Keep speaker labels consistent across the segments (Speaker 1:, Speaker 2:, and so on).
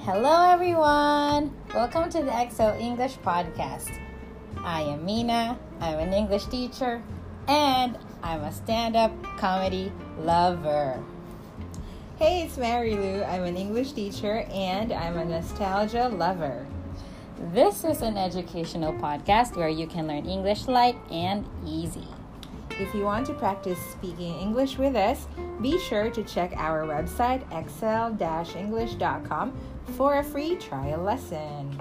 Speaker 1: Hello, everyone. Welcome to the EXO English podcast. I am Mina. I'm an English teacher, and I'm a stand-up comedy lover. Hey, it's Mary Lou. I'm an English teacher, and I'm a nostalgia lover. This is an educational podcast where you can learn English light and easy. If you want to practice speaking English with us, be sure to check our website excel-english.com for a free trial lesson.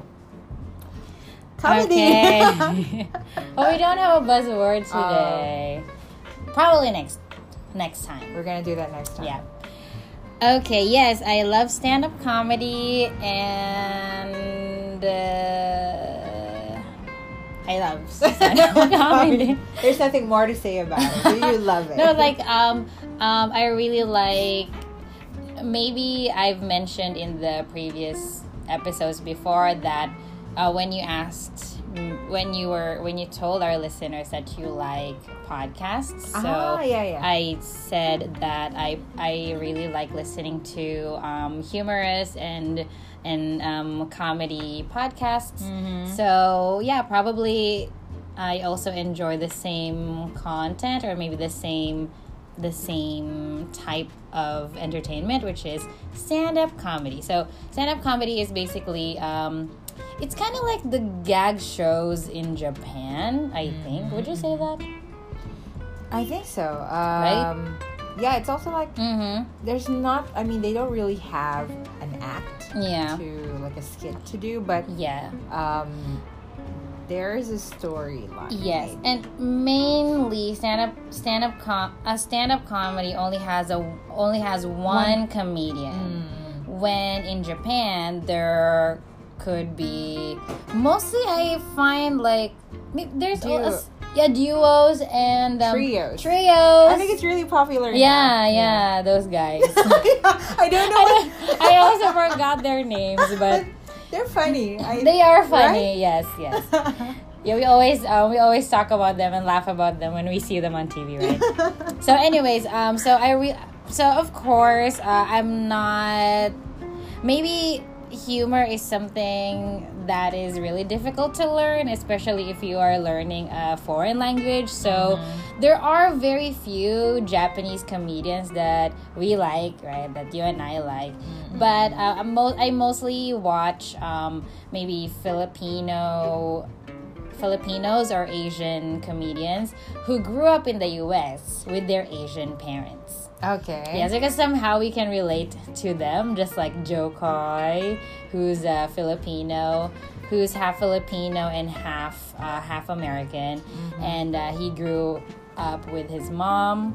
Speaker 1: Comedy.
Speaker 2: Okay.
Speaker 1: well, we don't have a buzzword
Speaker 2: Oh.
Speaker 1: today. Probably next next time.
Speaker 2: We're gonna do that next time.
Speaker 1: Yeah. Okay, yes, I love stand up comedy and uh, I love stand up comedy.
Speaker 2: There's nothing more to say about it. Do you love it?
Speaker 1: no, like um um I really like maybe I've mentioned in the previous episodes before that uh, when you asked when you were when you told our listeners that you like podcasts so
Speaker 2: Ah, yeah, yeah.
Speaker 1: i said that i i really like listening to um, humorous and and um, comedy podcasts
Speaker 2: Mm-hmm.
Speaker 1: so yeah probably i also enjoy the same content or maybe the same the same type of entertainment, which is stand up comedy. So, stand up comedy is basically, um, it's kind of like the gag shows in Japan, I think. Would you say that?
Speaker 2: I think so. Um, Yeah, it's also like
Speaker 1: Mm
Speaker 2: there's not. I mean, they don't really have an act
Speaker 1: hmm. Yeah.
Speaker 2: to like a skit to do, but
Speaker 1: Yeah.
Speaker 2: um, there is a storyline.
Speaker 1: Yes,
Speaker 2: maybe.
Speaker 1: and mainly stand up, stand up, com- a stand up comedy only has a only has one,
Speaker 2: Mm.
Speaker 1: comedian. When in Japan, there could be mostly I find like ma- there's
Speaker 2: Duo.
Speaker 1: al- s- yeah duos and um,
Speaker 2: Trios.
Speaker 1: trios.
Speaker 2: I think it's really popular. now.
Speaker 1: yeah, yeah, those guys.
Speaker 2: I don't know.
Speaker 1: I,
Speaker 2: what-
Speaker 1: don't- I also forgot their names, but
Speaker 2: they're funny. I,
Speaker 1: they are funny.
Speaker 2: Right?
Speaker 1: Yes, yes. Yeah, we always uh, we always talk about them and laugh about them when we see them on TV, right? so, anyways, um, so I re- so of course uh, I'm not. Maybe humor is something that is really difficult to learn, especially if you are learning a foreign language. So there are very few Japanese comedians that we like, right? That you and I like. But uh, I'm mo- I mostly watch um, maybe Filipino Filipinos or Asian comedians who grew up in the US with their Asian parents.
Speaker 2: okay.
Speaker 1: Yes, because somehow we can relate to them, just like Joe Coy, who's a Filipino, who's half Filipino and half uh, half American,
Speaker 2: Mm-hmm.
Speaker 1: and uh, he grew up with his mom.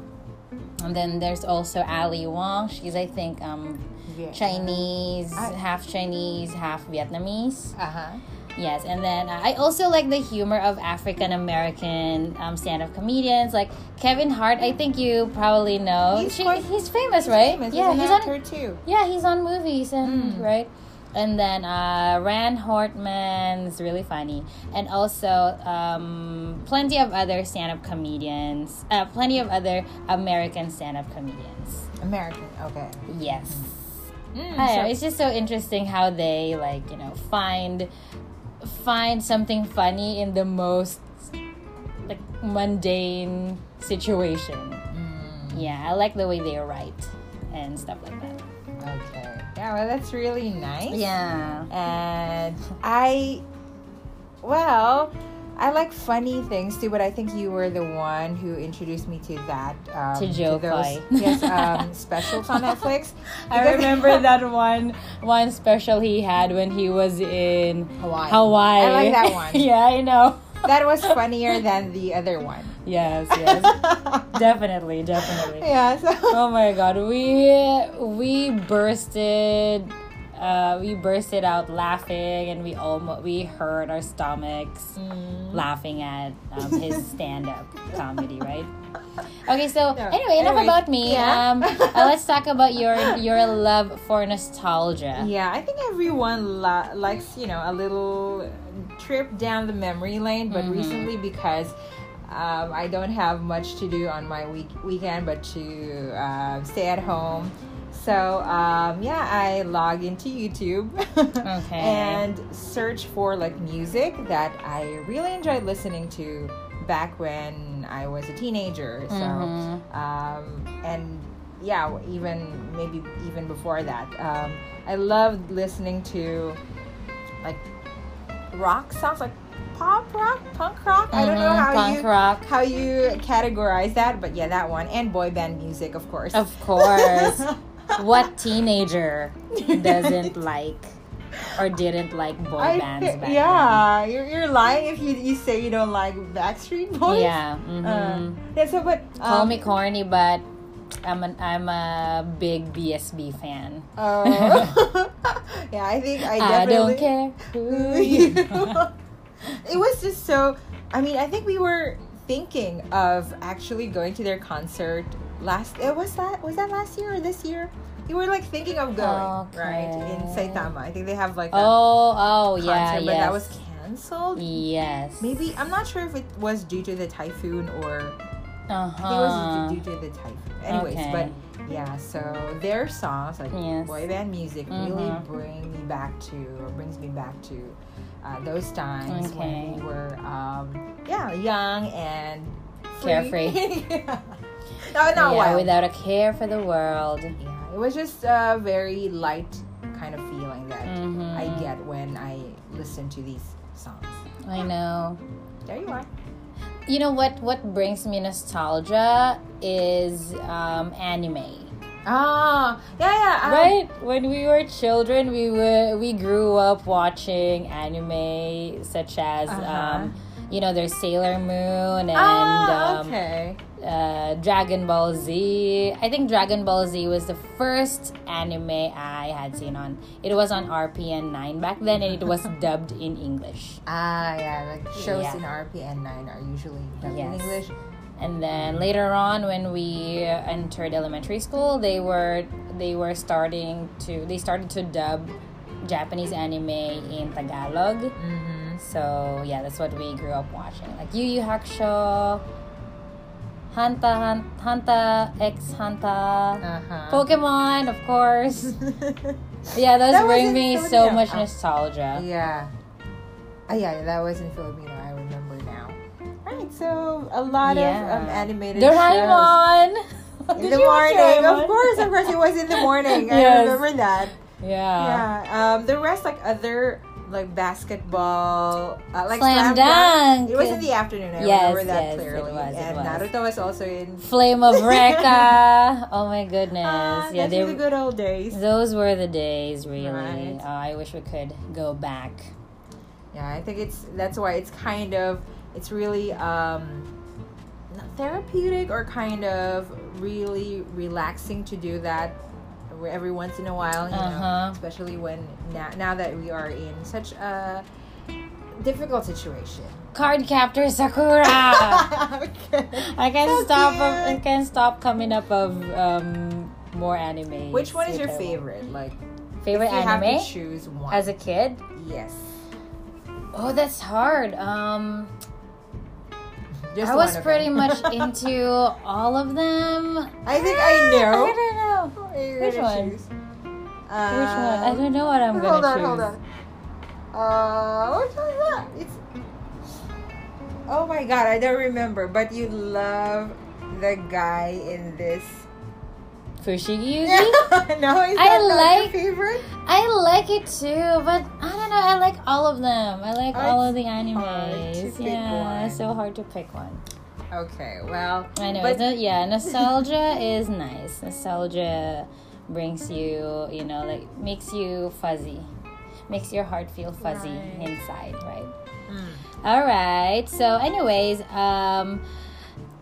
Speaker 1: And then there's also Ali Wong. She's, I think, um,
Speaker 2: Yeah.
Speaker 1: Chinese,
Speaker 2: I-
Speaker 1: half Chinese, half Vietnamese.
Speaker 2: Uh huh.
Speaker 1: Yes, and then uh, I also like the humor of African American um, stand-up comedians like Kevin Hart. I think you probably know.
Speaker 2: He's
Speaker 1: She-
Speaker 2: quite-
Speaker 1: he's famous, right? yeah, he's
Speaker 2: actor
Speaker 1: on.
Speaker 2: too.
Speaker 1: Yeah, he's on movies and right. And then uh, Rand Hortman's really funny, and also um, plenty of other stand-up comedians, uh, plenty of other American stand-up comedians.
Speaker 2: American. Okay.
Speaker 1: Yes. Mm, I don't know, it's just so interesting how they like you know find find something funny in the most like mundane situation.
Speaker 2: Mm,
Speaker 1: Yeah, I like the way they write and stuff like that.
Speaker 2: okay. Yeah. Well, that's really nice.
Speaker 1: Yeah.
Speaker 2: And I, well, I like funny things too. But I think you were the one who introduced me to that. Um,
Speaker 1: To Joe
Speaker 2: those,
Speaker 1: Coy.
Speaker 2: Yes. Um, specials on Netflix.
Speaker 1: I
Speaker 2: Because-
Speaker 1: remember that one one special he had when he was in
Speaker 2: Hawaii.
Speaker 1: Hawaii.
Speaker 2: I like that one.
Speaker 1: yeah, I know.
Speaker 2: that was funnier than the other one.
Speaker 1: Yes, yes. definitely, definitely.
Speaker 2: yeah. So.
Speaker 1: oh my god we we bursted uh, we bursted out laughing and we almost we hurt our stomachs
Speaker 2: Mm-hmm.
Speaker 1: laughing at um, his stand-up comedy right okay so
Speaker 2: No,
Speaker 1: anyway enough
Speaker 2: anyway,
Speaker 1: about me
Speaker 2: yeah.
Speaker 1: um, uh, let's talk about your your love for nostalgia
Speaker 2: Yeah, I think everyone li- likes, you know, a little trip down the memory lane,
Speaker 1: Mm-hmm.
Speaker 2: but recently because um, I don't have much to do on my week- weekend but to uh, stay um, at home So um, yeah, I log into YouTube
Speaker 1: Okay.
Speaker 2: and search for like music that I really enjoyed listening to back when I was a teenager. So
Speaker 1: Mhm.
Speaker 2: um, and yeah, even maybe even before that, um, I loved listening to like rock songs, like pop rock, punk rock. I don't know
Speaker 1: Mhm,
Speaker 2: how
Speaker 1: punk
Speaker 2: you
Speaker 1: rock.
Speaker 2: how you categorize that, but yeah, that one and boy band music, of course.
Speaker 1: Of course. what teenager doesn't like or didn't like boy
Speaker 2: I
Speaker 1: bands
Speaker 2: thi-
Speaker 1: back
Speaker 2: yeah, you're, you're lying if you, you say you don't like Backstreet
Speaker 1: then?
Speaker 2: Boys.
Speaker 1: Yeah. hmm
Speaker 2: Uh, yeah, so but um,
Speaker 1: Call me corny, but I'm an I'm a big BSB fan.
Speaker 2: oh. yeah, I think I
Speaker 1: I
Speaker 2: definitely.
Speaker 1: don't care who you are.
Speaker 2: it was just so. I mean, I think we were thinking of actually going to their concert last. It was that was that last year or this year? We were like thinking of going right in
Speaker 1: Okay.
Speaker 2: Saitama. I think they have like a
Speaker 1: Oh, oh,
Speaker 2: concert,
Speaker 1: yeah,
Speaker 2: but
Speaker 1: yes.
Speaker 2: that was canceled.
Speaker 1: yes.
Speaker 2: Maybe I'm not sure if it was due to the typhoon or
Speaker 1: Uh-huh.
Speaker 2: I think it was due to the typhoon. Anyways,
Speaker 1: Okay.
Speaker 2: but yeah, so their songs, like
Speaker 1: Yes.
Speaker 2: boy band music, really
Speaker 1: Mhm.
Speaker 2: bring me back to, or brings me back to uh, those times when
Speaker 1: Okay.
Speaker 2: we were, um, yeah, young and free.
Speaker 1: Carefree.
Speaker 2: yeah. No,
Speaker 1: yeah,
Speaker 2: not wild.
Speaker 1: without a care for the world.
Speaker 2: yeah, it was just a very light kind of feeling that
Speaker 1: Mhm.
Speaker 2: I get when I listen to these songs.
Speaker 1: I know.
Speaker 2: There you are.
Speaker 1: You know what? What brings me nostalgia is um, anime.
Speaker 2: Ah, yeah, yeah. um,
Speaker 1: Right when we were children, we were we grew up watching anime such as
Speaker 2: Uh-huh.
Speaker 1: um, you know there's Sailor Moon and
Speaker 2: Ah,
Speaker 1: um,
Speaker 2: okay.
Speaker 1: uh, Dragon Ball Z. I think Dragon Ball Z was the first anime I had seen on. It was on RPN nine back then, and it was dubbed in English.
Speaker 2: Ah, yeah, like shows
Speaker 1: Yeah.
Speaker 2: in RPN 9 are usually dubbed
Speaker 1: Yes.
Speaker 2: in English.
Speaker 1: And then later on, when we entered elementary school, they were they were starting to they started to dub Japanese anime in Tagalog.
Speaker 2: Mm-hmm.
Speaker 1: So yeah, that's what we grew up watching, like Yu Yu Hakusho, Hanta Han- Hanta X Hanta,
Speaker 2: Uh-huh.
Speaker 1: Pokemon, of course. uh-huh. Yeah, those
Speaker 2: That was
Speaker 1: bring
Speaker 2: in
Speaker 1: me
Speaker 2: Filipino.
Speaker 1: so much
Speaker 2: Oh.
Speaker 1: nostalgia.
Speaker 2: yeah. Ah, yeah, that was in Filipino. I remember now. Right, so a lot
Speaker 1: Yeah.
Speaker 2: of um, animated shows.
Speaker 1: Doraemon.
Speaker 2: In
Speaker 1: Did
Speaker 2: the
Speaker 1: you watch
Speaker 2: morning,
Speaker 1: Doraemon?
Speaker 2: of course, of course, it was in the morning. I
Speaker 1: Yes. Uh.
Speaker 2: remember that.
Speaker 1: Yeah.
Speaker 2: Yeah. Um, the rest, like other, like basketball, uh, like
Speaker 1: Slam dunk.
Speaker 2: It was in the afternoon. I
Speaker 1: Yes,
Speaker 2: remember that
Speaker 1: yes, it
Speaker 2: clearly.
Speaker 1: was, it
Speaker 2: and
Speaker 1: was.
Speaker 2: Naruto was also in
Speaker 1: Flame of Recca. oh my goodness.
Speaker 2: Ah,
Speaker 1: yeah,
Speaker 2: those
Speaker 1: they,
Speaker 2: were the good old days.
Speaker 1: those were the days, really.
Speaker 2: Right.
Speaker 1: Uh, I wish we could go back.
Speaker 2: Yeah, I think it's that's why it's kind of it's really um, not therapeutic or kind of really relaxing to do that every once in a while, you
Speaker 1: Uh-huh.
Speaker 2: know, especially when now, now that we are in such a difficult situation.
Speaker 1: Card Captor Sakura.
Speaker 2: Okay.
Speaker 1: I can't
Speaker 2: So
Speaker 1: stop.
Speaker 2: cute.
Speaker 1: I can't stop coming up of um, more anime.
Speaker 2: Which one is your favorite? Like,
Speaker 1: Favorite
Speaker 2: if you have
Speaker 1: anime
Speaker 2: to choose one.
Speaker 1: as a kid?
Speaker 2: yes,
Speaker 1: Oh, that's hard. Um,
Speaker 2: Just
Speaker 1: I was
Speaker 2: one of
Speaker 1: pretty
Speaker 2: them.
Speaker 1: much into all of them. Oh.
Speaker 2: I think I know.
Speaker 1: I don't know.
Speaker 2: What are you
Speaker 1: Which
Speaker 2: gonna
Speaker 1: one?
Speaker 2: choose?
Speaker 1: Which one? I
Speaker 2: Um,
Speaker 1: don't know what I'm
Speaker 2: hold
Speaker 1: gonna
Speaker 2: on,
Speaker 1: choose.
Speaker 2: hold on. Uh, which one is that? It's. Oh my god, I don't remember. But you love the guy in this.
Speaker 1: Fushigi
Speaker 2: no,
Speaker 1: Yugi?
Speaker 2: is that not
Speaker 1: like-
Speaker 2: your favorite?
Speaker 1: I like it too, but I don't know. I like all of them. I like
Speaker 2: Oh,
Speaker 1: all of the
Speaker 2: hard to
Speaker 1: animes.
Speaker 2: pick
Speaker 1: yeah,
Speaker 2: one.
Speaker 1: it's so hard to pick one.
Speaker 2: Okay, well,
Speaker 1: I know.
Speaker 2: But-
Speaker 1: it's not- yeah, nostalgia is nice. Nostalgia brings you, you know, like makes you fuzzy, makes your heart feel fuzzy
Speaker 2: Right.
Speaker 1: inside, right?
Speaker 2: Mm.
Speaker 1: All right. So, anyways, um,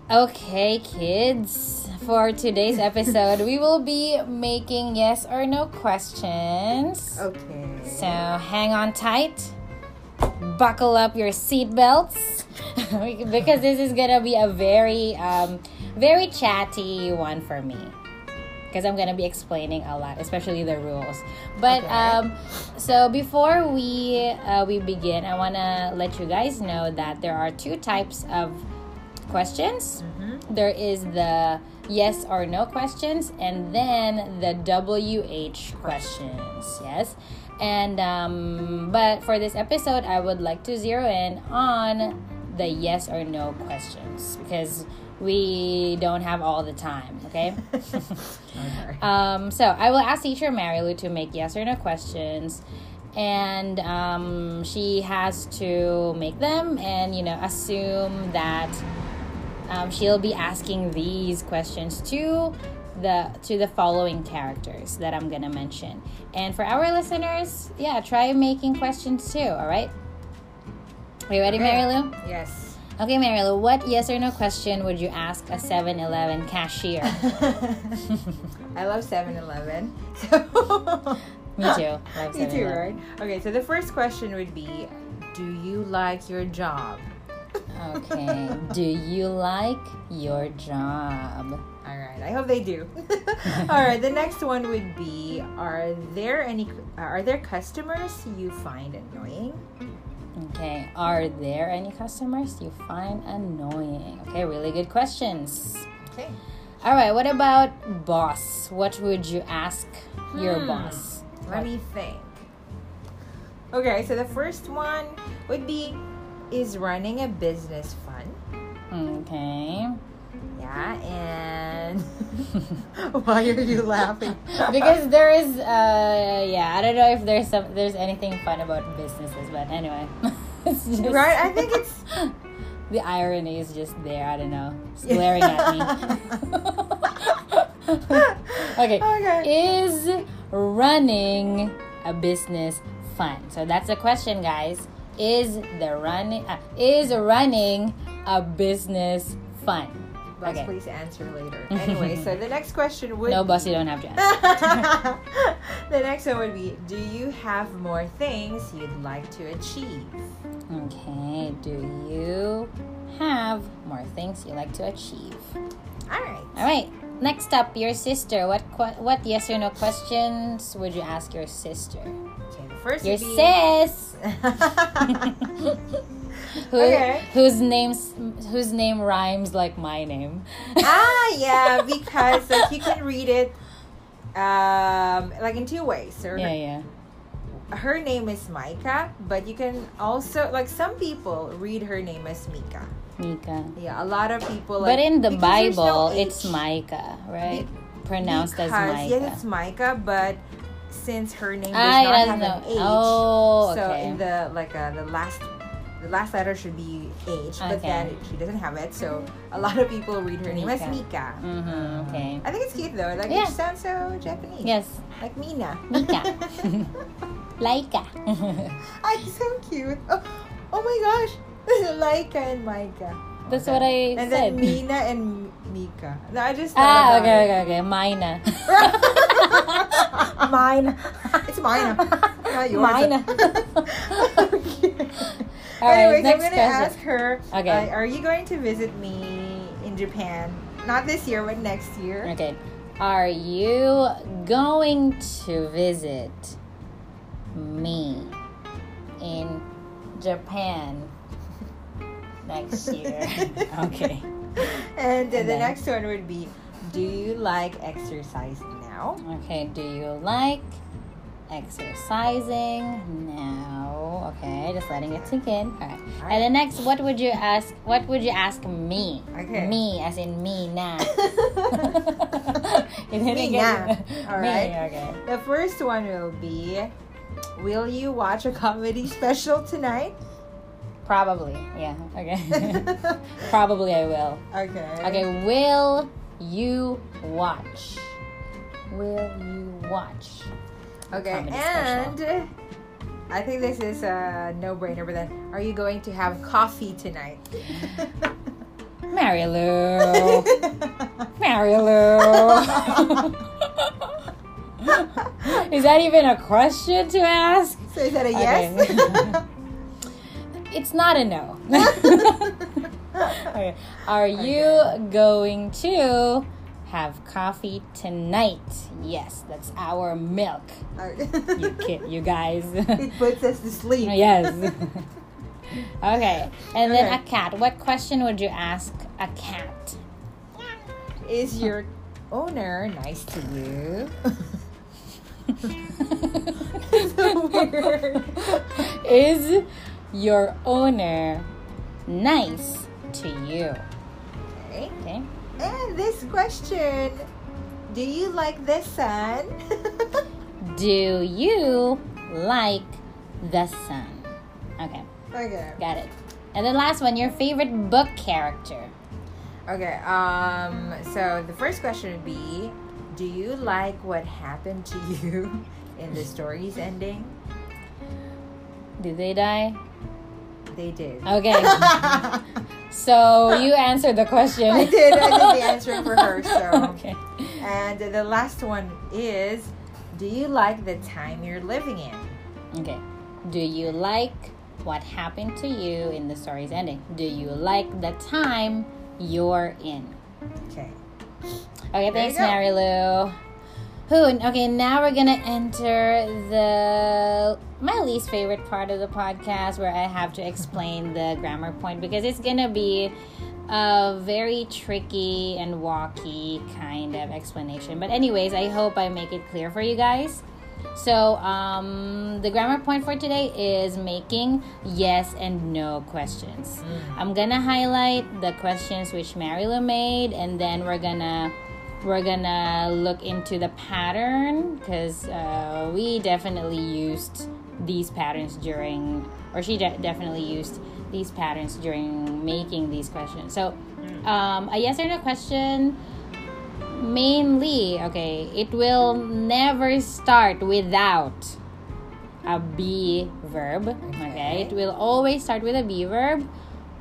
Speaker 1: okay, kids. For today's episode, we will be making yes or no questions.
Speaker 2: okay.
Speaker 1: So hang on tight, buckle up your seatbelts, because this is gonna be a very, um, very chatty one for me. Because I'm gonna be explaining a lot, especially the rules. But
Speaker 2: Okay.
Speaker 1: um, so before we uh, we begin, I wanna let you guys know that there are two types of questions.
Speaker 2: Mhm.
Speaker 1: There is the yes or no questions, and then the WH questions. Yes, and um, but for this episode, I would like to zero in on the yes or no questions because we don't have all the time. Okay.
Speaker 2: Okay.
Speaker 1: Um, so I will ask teacher Mary Lou to make yes or no questions, and um, she has to make them and you know assume that um, she'll be asking these questions to the to the following characters that I'm gonna mention. And for our listeners, yeah, try making questions too. All right. Are you ready,
Speaker 2: Okay.
Speaker 1: Mary Lou?
Speaker 2: Yes.
Speaker 1: Okay, Mary Lou, what yes or no question would you ask a 7 Eleven cashier?
Speaker 2: I love 7 Eleven. So
Speaker 1: Me too. Love
Speaker 2: Me too,
Speaker 1: 7-Eleven.
Speaker 2: right? Okay, so the first question would be Do you like your job?
Speaker 1: Okay. Do you like your job?
Speaker 2: All right. I hope they do. All right. The next one would be: Are there any? Are there customers you find annoying?
Speaker 1: Okay. Are there any customers you find annoying? Okay, really good questions.
Speaker 2: Okay.
Speaker 1: All right, what about boss? What would you ask your
Speaker 2: Hmm.
Speaker 1: boss?
Speaker 2: Let me think. Okay. So the first one would be: Is running a business fun?
Speaker 1: Okay.
Speaker 2: Yeah. And why are you laughing?
Speaker 1: because there is uh yeah, I don't know if there's some there's anything fun about businesses, but anyway. It's just,
Speaker 2: Right, I think it's-
Speaker 1: the irony is just there, I don't know. It's glaring at me. Okay.
Speaker 2: Okay.
Speaker 1: Is running a business fun? So that's the question, guys. Is the running uh, is running a business fun?
Speaker 2: Boss,
Speaker 1: Okay.
Speaker 2: please answer later. Anyway, so the next question would
Speaker 1: No, boss, you don't have to ask.
Speaker 2: the next one would be Do you have more things you'd like to achieve?
Speaker 1: Okay. Do you have more things you like to achieve?
Speaker 2: All right.
Speaker 1: All right. Next up, your sister. What que- what yes or no questions would you ask your sister?
Speaker 2: Okay, the first
Speaker 1: Your
Speaker 2: would be.
Speaker 1: sis. Who,
Speaker 2: Okay.
Speaker 1: Whose names whose name rhymes like my name?
Speaker 2: ah, yeah, because like, you can read it um, like in two ways. So
Speaker 1: yeah, yeah.
Speaker 2: her name is Micah, but you can also, like, some people read her name as Mika.
Speaker 1: Mika.
Speaker 2: Yeah, a lot of people. Like,
Speaker 1: But in the
Speaker 2: because there's no
Speaker 1: Bible, it's
Speaker 2: H.
Speaker 1: Micah, right? Pronounced as
Speaker 2: Because,
Speaker 1: Micah.
Speaker 2: Yes, it's Micah, but since her name does
Speaker 1: I
Speaker 2: not
Speaker 1: don't
Speaker 2: have
Speaker 1: know.
Speaker 2: an H,
Speaker 1: Oh,
Speaker 2: so
Speaker 1: okay.
Speaker 2: in the like uh, the last the last letter should be H, but
Speaker 1: Okay.
Speaker 2: then she doesn't have it, so a lot of people read her name as
Speaker 1: Mika.
Speaker 2: Mika.
Speaker 1: mm-hmm, okay.
Speaker 2: I think it's cute though. Like
Speaker 1: Yeah.
Speaker 2: it sounds so Japanese.
Speaker 1: Yes,
Speaker 2: Like Mina.
Speaker 1: Mika. Laika.
Speaker 2: I so cute. Oh, oh my gosh. Laika and Micah.
Speaker 1: That's what I
Speaker 2: And
Speaker 1: said.
Speaker 2: then Mina and Mika. No, I just thought
Speaker 1: ah,
Speaker 2: about
Speaker 1: okay,
Speaker 2: it.
Speaker 1: okay, okay. Mina.
Speaker 2: Mine. It's mine. Not yours.
Speaker 1: Mine.
Speaker 2: okay.
Speaker 1: All right,
Speaker 2: Anyways, I'm
Speaker 1: next
Speaker 2: gonna
Speaker 1: question.
Speaker 2: ask her.
Speaker 1: Okay.
Speaker 2: uh, are you going to visit me in Japan? Not this year, but next year.
Speaker 1: Okay. Are you going to visit me in Japan next year? okay.
Speaker 2: And, uh,
Speaker 1: And
Speaker 2: the
Speaker 1: then-
Speaker 2: next one would be, do you like exercise now?
Speaker 1: Okay, do you like exercising now? Okay, just letting it sink in. Alright. And the next what would you ask what would you ask me?
Speaker 2: Okay.
Speaker 1: Me as in me now. You didn't
Speaker 2: Me
Speaker 1: get it.
Speaker 2: now. All
Speaker 1: Me,
Speaker 2: right.
Speaker 1: Okay.
Speaker 2: the first one will be, will you watch a comedy special tonight?
Speaker 1: Probably. Yeah. Okay.
Speaker 2: okay.
Speaker 1: Probably I will. Okay, will you watch? Will you watch?
Speaker 2: Okay,
Speaker 1: comedy
Speaker 2: and I think this is a no-brainer. But then, are you going to have coffee tonight?
Speaker 1: Mary Lou. Mary Lou. Is that even a question to ask?
Speaker 2: so is that a
Speaker 1: It's not a no.
Speaker 2: yes?
Speaker 1: okay. Are you going to have coffee tonight? Yes, that's our milk. You kid, you guys.
Speaker 2: it puts us to sleep.
Speaker 1: Uh, yes. Okay. And then
Speaker 2: Okay.
Speaker 1: a cat. What question would you ask a cat?
Speaker 2: Is your owner nice to you? so weird.
Speaker 1: Is your owner nice to you?
Speaker 2: Okay.
Speaker 1: Okay.
Speaker 2: And this question Do you like the sun?
Speaker 1: Do you like the sun? Okay,
Speaker 2: okay.
Speaker 1: got it. And then last one, your favorite book character.
Speaker 2: Okay, um, so the first question would be Do you like what happened to you in the story's ending?
Speaker 1: Did they die?
Speaker 2: They did.
Speaker 1: Okay.
Speaker 2: I
Speaker 1: So you answered the question.
Speaker 2: did, I did the answer for her, so.
Speaker 1: okay.
Speaker 2: And the last one is Do you like the time you're living in?
Speaker 1: Okay. Do you like what happened to you in the story's ending? Do you like the time you're in?
Speaker 2: Okay.
Speaker 1: Okay,
Speaker 2: There you
Speaker 1: thanks,
Speaker 2: go.
Speaker 1: Mary Lou. Who? Okay, now we're gonna enter the my least favorite part of the podcast, where I have to explain the grammar point because it's gonna be a very tricky and walky kind of explanation. But anyways, I hope I make it clear for you guys. So, um, the grammar point for today is making yes and no questions. I'm gonna highlight the questions which Marilyn made, and then we're gonna we're gonna look into the pattern because uh, we definitely used these patterns during, or she de- definitely used these patterns during making these questions. So, um, a yes or no question mainly okay it will never start without a be verb okay it will always start with a be verb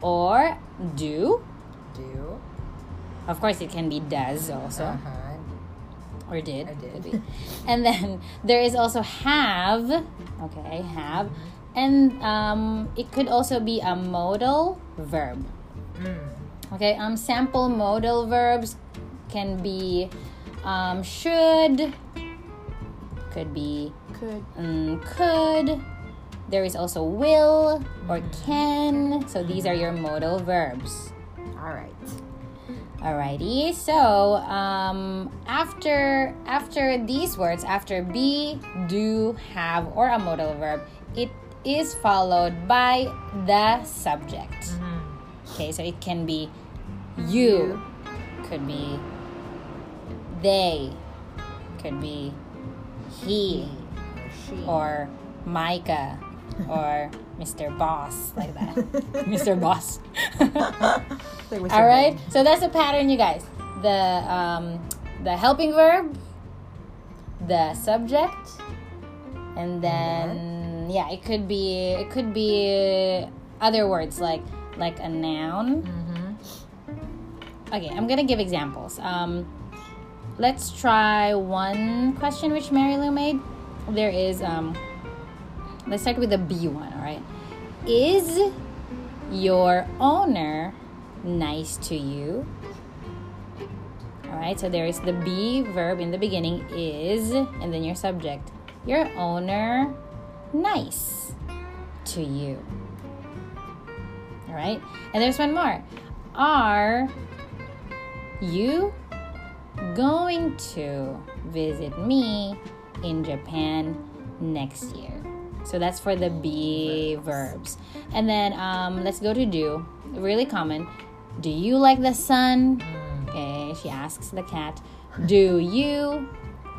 Speaker 1: or do
Speaker 2: Do.
Speaker 1: of course it can be does also
Speaker 2: Uh-huh.
Speaker 1: or did
Speaker 2: I did.
Speaker 1: could be. and then there is also have okay have
Speaker 2: Mm-hmm.
Speaker 1: and um, it could also be a modal verb
Speaker 2: Mm.
Speaker 1: Okay, um, sample modal verbs can be um, should, could be
Speaker 2: Could.
Speaker 1: um, could. There is also will or can. So these are your modal verbs.
Speaker 2: Mm, All right.
Speaker 1: Alrighty. So um, after after these words, after be, do, have, or a modal verb, it is followed by the subject. Okay, so it can be you, could be they, could be he,
Speaker 2: Or she.
Speaker 1: or Micah, or Mr. Boss, like that. Mr. Boss.
Speaker 2: Like with
Speaker 1: All
Speaker 2: your
Speaker 1: right.
Speaker 2: name.
Speaker 1: So that's the pattern, you guys. The um, the helping verb, the subject, and then yeah, it could be it could be other words like like a noun.
Speaker 2: Mm-hmm.
Speaker 1: Okay, I'm gonna give examples. Um, let's try one question which Mary Lou made. There is um, let's start with the B one. All right, is your owner nice to you. All right, so there is the be verb in the beginning is, and then your subject. Your owner nice to you. All right, and there's one more. Are you going to visit me in Japan next year? So that's for the be verbs. And then um, let's go to do. Really common. Do you like the sun? Okay, she asks the cat. Do you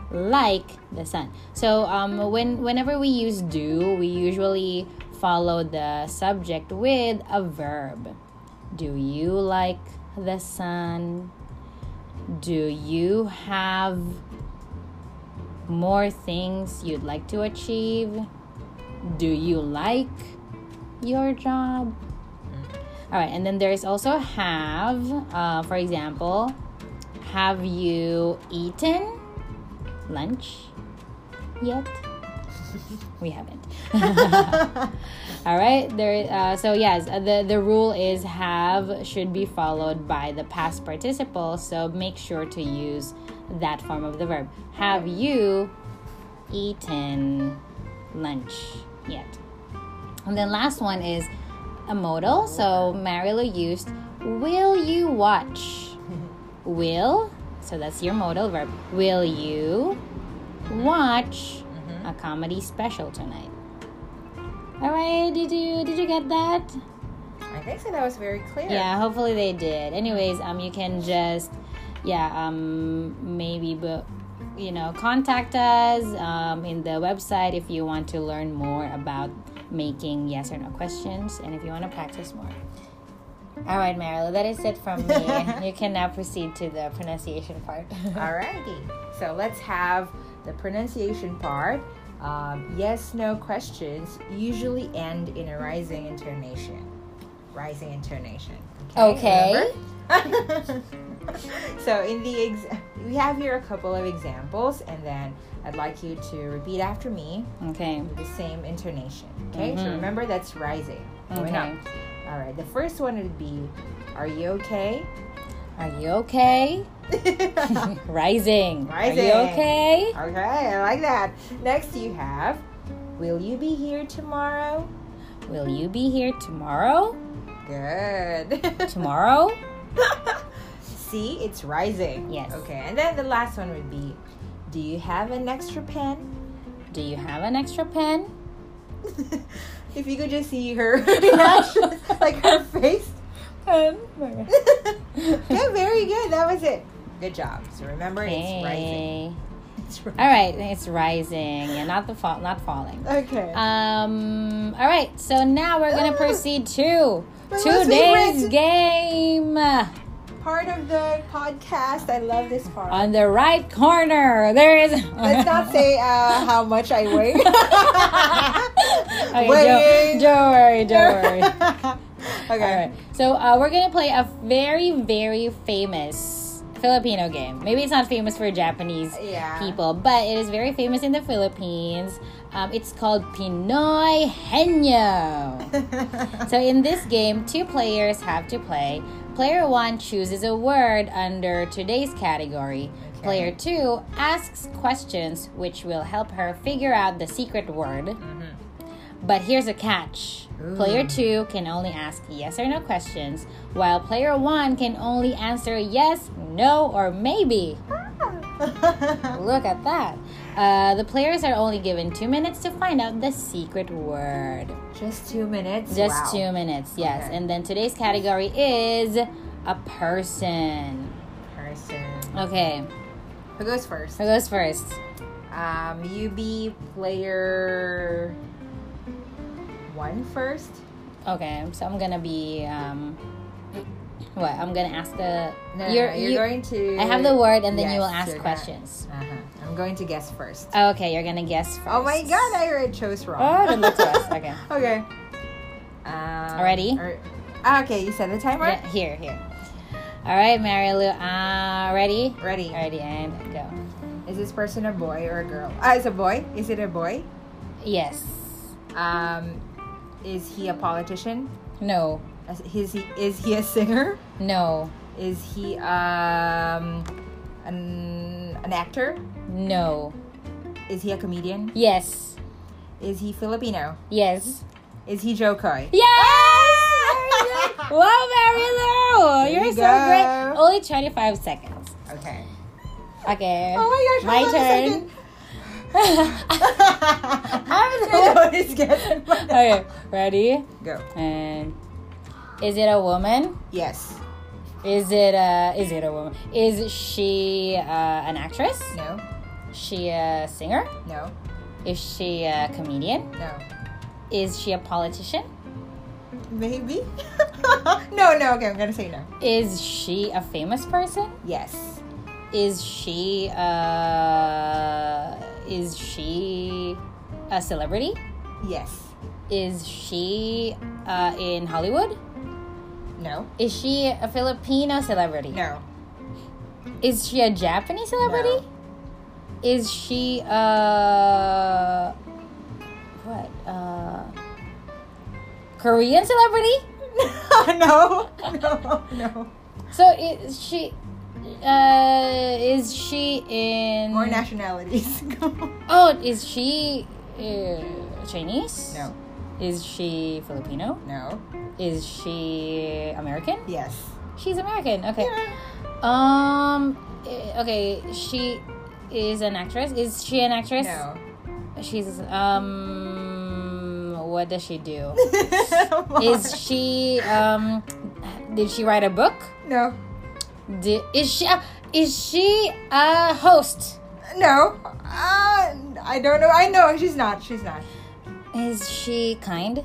Speaker 1: like the sun? So um, when whenever we use do, we usually follow the subject with a verb. Do you like the sun? Do you have more things you'd like to achieve? Do you like your job? All right, and then there's also have. Uh, for example, have you eaten lunch yet? we haven't. All right, there. Uh, so yes, the the rule is have should be followed by the past participle. So make sure to use that form of the verb. Have you eaten lunch yet? And then last one is a modal. So Marilu used will you watch? Will, so that's your modal verb. Will you watch a comedy special tonight? All right, did you did you get that?
Speaker 2: I think so. That was very clear.
Speaker 1: Yeah, hopefully they did. Anyways, um, you can just, yeah, um, maybe, but you know, contact us um, in the website if you want to learn more about making yes or no questions and if you want to practice more. All right, Marilu, that is it from me. you can now proceed to the pronunciation part.
Speaker 2: Alrighty. So let's have the pronunciation part. Um, yes, no questions usually end in a rising intonation. Rising intonation.
Speaker 1: Okay.
Speaker 2: remember? so in the ex- we have here a couple of examples, and then I'd like you to repeat after me
Speaker 1: okay.
Speaker 2: with the same intonation. Okay. So
Speaker 1: Mhm.
Speaker 2: remember that's rising. Going
Speaker 1: Okay.
Speaker 2: up. All right. The first one would be, "Are you okay?"
Speaker 1: Are you okay?
Speaker 2: okay,
Speaker 1: Rising. Are
Speaker 2: Rising.
Speaker 1: you okay?
Speaker 2: I like that. Next, you have, "Will you be here tomorrow?"
Speaker 1: Will you be here tomorrow?
Speaker 2: Good.
Speaker 1: Tomorrow?
Speaker 2: See, it's rising.
Speaker 1: Yes.
Speaker 2: Okay, and then the last one would be, "Do you have an extra pen?"
Speaker 1: Do you have an extra pen?
Speaker 2: if you could just see her reactions, like her face.
Speaker 1: Pen.
Speaker 2: okay, very good. That was it. Good job. So remember, it's rising.
Speaker 1: Hey.
Speaker 2: It's rising.
Speaker 1: All right, it's rising and not the fall, not falling.
Speaker 2: Okay.
Speaker 1: Uh, Um. All right, so now we're gonna proceed to
Speaker 2: Ah. My last
Speaker 1: today's
Speaker 2: favorite.
Speaker 1: game.
Speaker 2: Part of the podcast. I love this part.
Speaker 1: On the right corner, there is.
Speaker 2: Let's not say uh, how much I weigh.
Speaker 1: okay,
Speaker 2: Weighing.
Speaker 1: Don't, don't worry. Don't worry. All
Speaker 2: okay.
Speaker 1: right. So uh, we're gonna play a very, very famous Filipino game. Maybe it's not famous for Japanese
Speaker 2: Uh, Yeah.
Speaker 1: people, but it is very famous in the Philippines. Um, it's called Pinoy Henyo. So in this game, two players have to play. Player one chooses a word under today's category.
Speaker 2: Okay.
Speaker 1: Player two asks questions which will help her figure out the secret word. But here's a catch. Player two can only ask yes or no questions, while player one can only answer yes, no, or maybe. Look at that. Uh, the players are only given two minutes to find out the secret word.
Speaker 2: Just two minutes.
Speaker 1: Just
Speaker 2: Wow.
Speaker 1: two minutes, yes.
Speaker 2: Okay.
Speaker 1: And then today's category is a person.
Speaker 2: Person.
Speaker 1: Okay,
Speaker 2: Who goes first?
Speaker 1: who goes first?
Speaker 2: Um, you be player one first.
Speaker 1: Okay, so I'm gonna be um, what? I'm gonna ask the.
Speaker 2: No, no, no, you're,
Speaker 1: you-
Speaker 2: going to.
Speaker 1: I have the word, and then you will
Speaker 2: Yes,
Speaker 1: ask
Speaker 2: you're gonna-
Speaker 1: questions. Oh,
Speaker 2: Uh-huh. I'm going to guess first.
Speaker 1: okay, you're gonna guess first.
Speaker 2: Oh my god, I already chose wrong.
Speaker 1: Oh, then look to us. Okay.
Speaker 2: Okay. Um,
Speaker 1: Ready?
Speaker 2: or- ah, okay, you set the timer?
Speaker 1: Yeah, here, here. All right, Mary Lou. Uh, ready?
Speaker 2: Ready.
Speaker 1: Ready and go.
Speaker 2: Is this person a boy or a girl? Ah, it's a boy. Is it a boy?
Speaker 1: Yes.
Speaker 2: Um, is he a politician?
Speaker 1: No.
Speaker 2: Is he is he a singer?
Speaker 1: No.
Speaker 2: Is he um an an actor?
Speaker 1: No.
Speaker 2: Is he a comedian?
Speaker 1: Yes.
Speaker 2: Is he Filipino?
Speaker 1: Yes.
Speaker 2: Is he Jokoy?
Speaker 1: Yes! Very good. wow, Mary Lou!
Speaker 2: Ah! There
Speaker 1: You're
Speaker 2: you
Speaker 1: so
Speaker 2: go.
Speaker 1: great. Only 25 seconds.
Speaker 2: Okay.
Speaker 1: Okay.
Speaker 2: Oh my gosh!
Speaker 1: My
Speaker 2: hold on a
Speaker 1: turn.
Speaker 2: second.
Speaker 1: I'm the-
Speaker 2: You're one who's guessing.
Speaker 1: okay, ready?
Speaker 2: Go.
Speaker 1: And is it a woman?
Speaker 2: Yes.
Speaker 1: Is it a is it a woman? Is she uh, an actress?
Speaker 2: No.
Speaker 1: She a singer?
Speaker 2: No.
Speaker 1: Is she a comedian?
Speaker 2: No.
Speaker 1: Is she a politician?
Speaker 2: Maybe. no, no, okay, I'm gonna say no.
Speaker 1: Is she a famous person?
Speaker 2: Yes.
Speaker 1: Is she uh is she a celebrity?
Speaker 2: Yes.
Speaker 1: Is she uh, in Hollywood?
Speaker 2: No.
Speaker 1: Is she a Filipino celebrity?
Speaker 2: No.
Speaker 1: Is she a Japanese celebrity? Is she uh what? Uh Korean celebrity?
Speaker 2: no. No. No.
Speaker 1: So is she uh is she in
Speaker 2: More nationalities.
Speaker 1: Oh, is she uh, Chinese?
Speaker 2: no.
Speaker 1: Is she Filipino?
Speaker 2: No.
Speaker 1: Is she American?
Speaker 2: Yes.
Speaker 1: She's American. Okay.
Speaker 2: Yeah.
Speaker 1: Um. eh, Okay. She is an actress. Is she an actress?
Speaker 2: No.
Speaker 1: She's um. What does she do?
Speaker 2: Is
Speaker 1: is she um? Did she write a book?
Speaker 2: no,
Speaker 1: Did, is she a, is she a host?
Speaker 2: no. Uh, I don't know. I know she's not. She's not.
Speaker 1: Is she kind?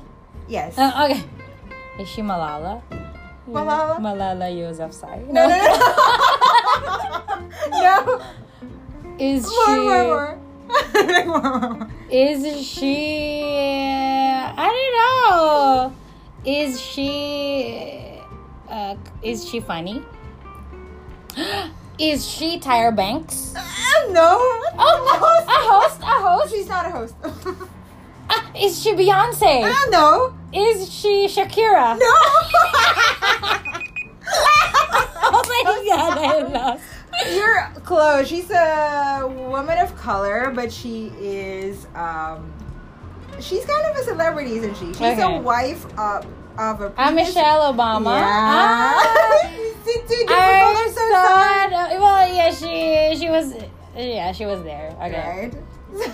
Speaker 2: Yes.
Speaker 1: Uh, okay. Is she Malala?
Speaker 2: Malala?
Speaker 1: Malala Yousafzai.
Speaker 2: uh, no, no, no. no.
Speaker 1: Is
Speaker 2: More, more,
Speaker 1: she?
Speaker 2: more. More, more, more.
Speaker 1: Is she? I don't know. Is she? Uh, is she funny? is she Tyra Banks?
Speaker 2: Uh, no.
Speaker 1: Oh, a host, a host.
Speaker 2: She's not a host.
Speaker 1: Ah, is she Beyonce?
Speaker 2: uh, no.
Speaker 1: Is she Shakira?
Speaker 2: No.
Speaker 1: Oh my god, I lost.
Speaker 2: You're close. She's a woman of color, but she is um she's kind of a celebrity, isn't she? She's
Speaker 1: Okay.
Speaker 2: a wife of of a
Speaker 1: I'm
Speaker 2: previous-
Speaker 1: Michelle Obama.
Speaker 2: Yeah.
Speaker 1: Ah.
Speaker 2: See, two different
Speaker 1: I
Speaker 2: colors, so sorry.
Speaker 1: thought. uh, well, yeah, she she was. Yeah, she was there. Okay.
Speaker 2: Right?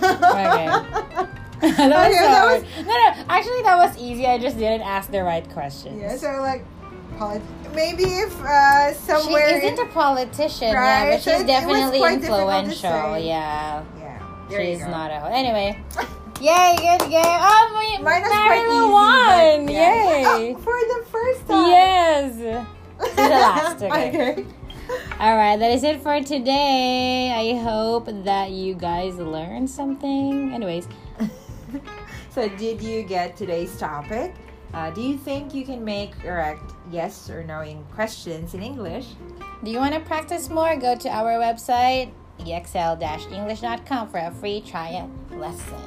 Speaker 1: that was
Speaker 2: Okay,
Speaker 1: so
Speaker 2: that
Speaker 1: hard.
Speaker 2: was-
Speaker 1: No, no. Actually, that was easy. I just didn't ask the right questions.
Speaker 2: yeah, so like polit- maybe if uh
Speaker 1: She
Speaker 2: somewhere
Speaker 1: isn't a politician, yeah,
Speaker 2: Right,
Speaker 1: but
Speaker 2: so
Speaker 1: she's
Speaker 2: it- it was
Speaker 1: definitely
Speaker 2: quite difficult to
Speaker 1: influential.
Speaker 2: say.
Speaker 1: Yeah,
Speaker 2: yeah, there you
Speaker 1: she's
Speaker 2: go.
Speaker 1: not a. Anyway, yay, good game. Oh, we
Speaker 2: Mine was quite
Speaker 1: Marilla
Speaker 2: easy,
Speaker 1: won.
Speaker 2: but yeah.
Speaker 1: Yay!
Speaker 2: Oh, for the first time.
Speaker 1: Yes. the last, okay.
Speaker 2: okay.
Speaker 1: All right, that is it for today. I hope that you guys learned something. Anyways,
Speaker 2: so did you get today's topic uh, do you think you can make correct yes or no in questions in english
Speaker 1: do you want to practice more? Go to our website, E exl-english.com for a free trial lesson.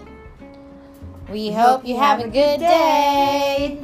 Speaker 1: We hope you have a good day.